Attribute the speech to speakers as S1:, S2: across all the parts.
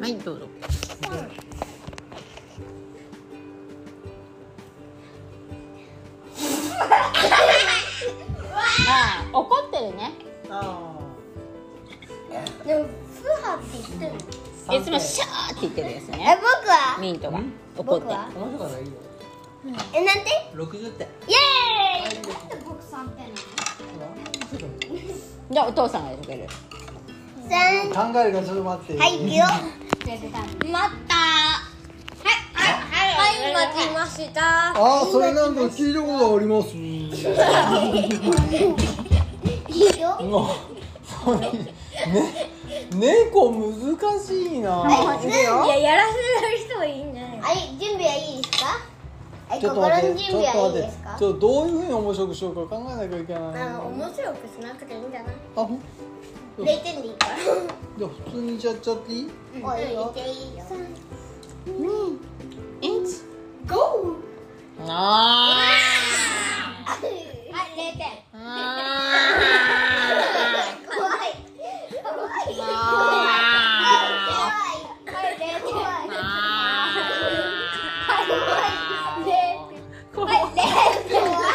S1: はいどうぞああ怒ってるね
S2: あ
S3: でもプハって言ってる
S2: あ
S1: いつもシャーって言ってるやつ
S3: え
S1: ね
S3: 僕は
S1: ミントが
S2: ん
S1: 怒って
S3: 僕は
S2: 面白かったいいよ
S3: えなんて
S2: 六十点
S3: イエーイ
S4: なんで僕三点なの
S1: じゃあお父さんがやってくれる
S3: さん
S2: 考えるからちょっと待って
S3: はい行くよ
S4: 全部三
S3: 待ったはいはいはい待ちました
S2: ああそれなんか聞いたことあります
S3: い いよ
S2: そうね猫難しいな、
S3: いややらせる人はいいんじゃないはい準備はいいですかはい
S2: ちょっと
S3: 心の
S2: 待
S3: 準
S2: ってちょ
S3: 備
S2: っと
S3: はいい
S2: 待っ
S3: で
S2: て
S3: すか
S2: ちょっとどういうふうに面白くしようか考えなきゃいけない
S3: あの
S2: あ
S3: 面白くしなくていいんじゃない
S2: ほんうん
S3: 0点でいいから
S2: じゃあ普通にやっちゃっていい
S3: おい入れていいよ
S1: あ
S3: はい0点
S1: ーあ
S3: 怖い怖い怖いはい0点はい0点
S1: ー
S3: はい、0点。はい、0点。怖い。怖いから10点しか入らない。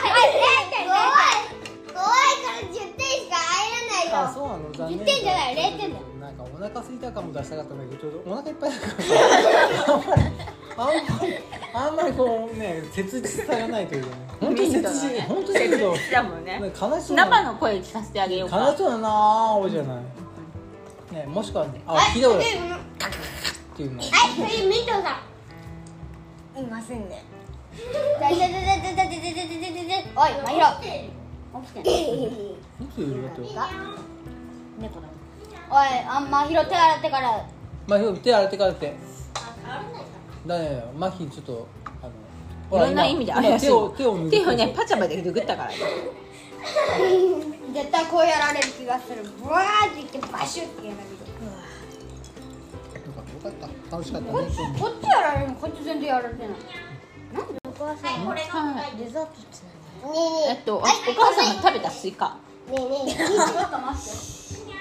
S2: あ
S3: よ。
S2: そうなの残念
S3: 10点じゃない0点だよ
S2: なんかお腹すいたかも出したかったんだけどちょっとお腹いっぱいだからあんまりあんまりこうね切実さがないというかね本当に切
S1: ミントの
S2: 実
S1: ね
S2: 本当だけど
S1: ーだもんね
S2: なんか悲しそう な
S1: 生の声聞かせてあげよう
S2: 悲
S1: か
S2: しそうだなあおじゃないねもしくはねあ聞いたことある
S3: は
S2: っていうの
S3: い、それ、ミントさん。いませんね。だだだだだだだだだだだだ。おい、まひろ。
S4: 起きてんの
S3: お
S2: いついるって
S4: 猫だもん
S3: い、あんまひろ手洗ってから。
S2: まひろ手洗ってからってだねまひちょっとあのほ
S1: い
S2: ら
S1: ろんな意味で
S2: 今
S1: 怪しい
S2: 手を手を拭って
S1: 手をねパチャパチャ拭ったからね
S3: 絶対こうやられる気がする。ブワーっていって、バシュってやられる。
S2: よかったよかった楽しかったね
S3: こっちやられるの、こっち全然やられてない。
S1: はい
S3: デザートつな
S1: え
S3: ね
S1: っとあお母さんが食べたスイカ
S3: えねえ。ねえねえ。ちょっと待って。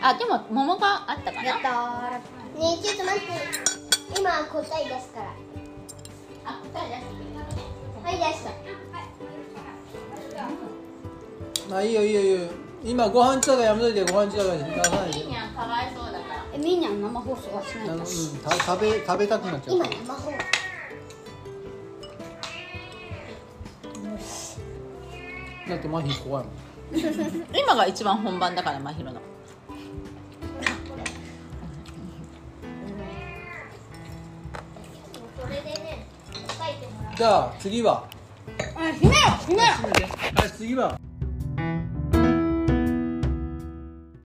S1: あでも桃があったかな
S3: ねえちょっと待って今答え出すからあ答え出してはい出した
S2: まあいいよいいよいいよ今ご飯中だからやめといてご飯中だから出さないで
S1: ゃんかわいそうだから
S4: えみんなの生放送はしない
S2: あの
S4: ん
S2: うん
S4: だ
S2: た食べ食べたくなっちゃう
S3: 今生放送
S2: だってまひ怖いもん
S1: 今が一番本番だから真宙の
S3: これでね書いてもらう
S2: じゃあ次は
S3: あ、ひめよひめよ
S2: はい次は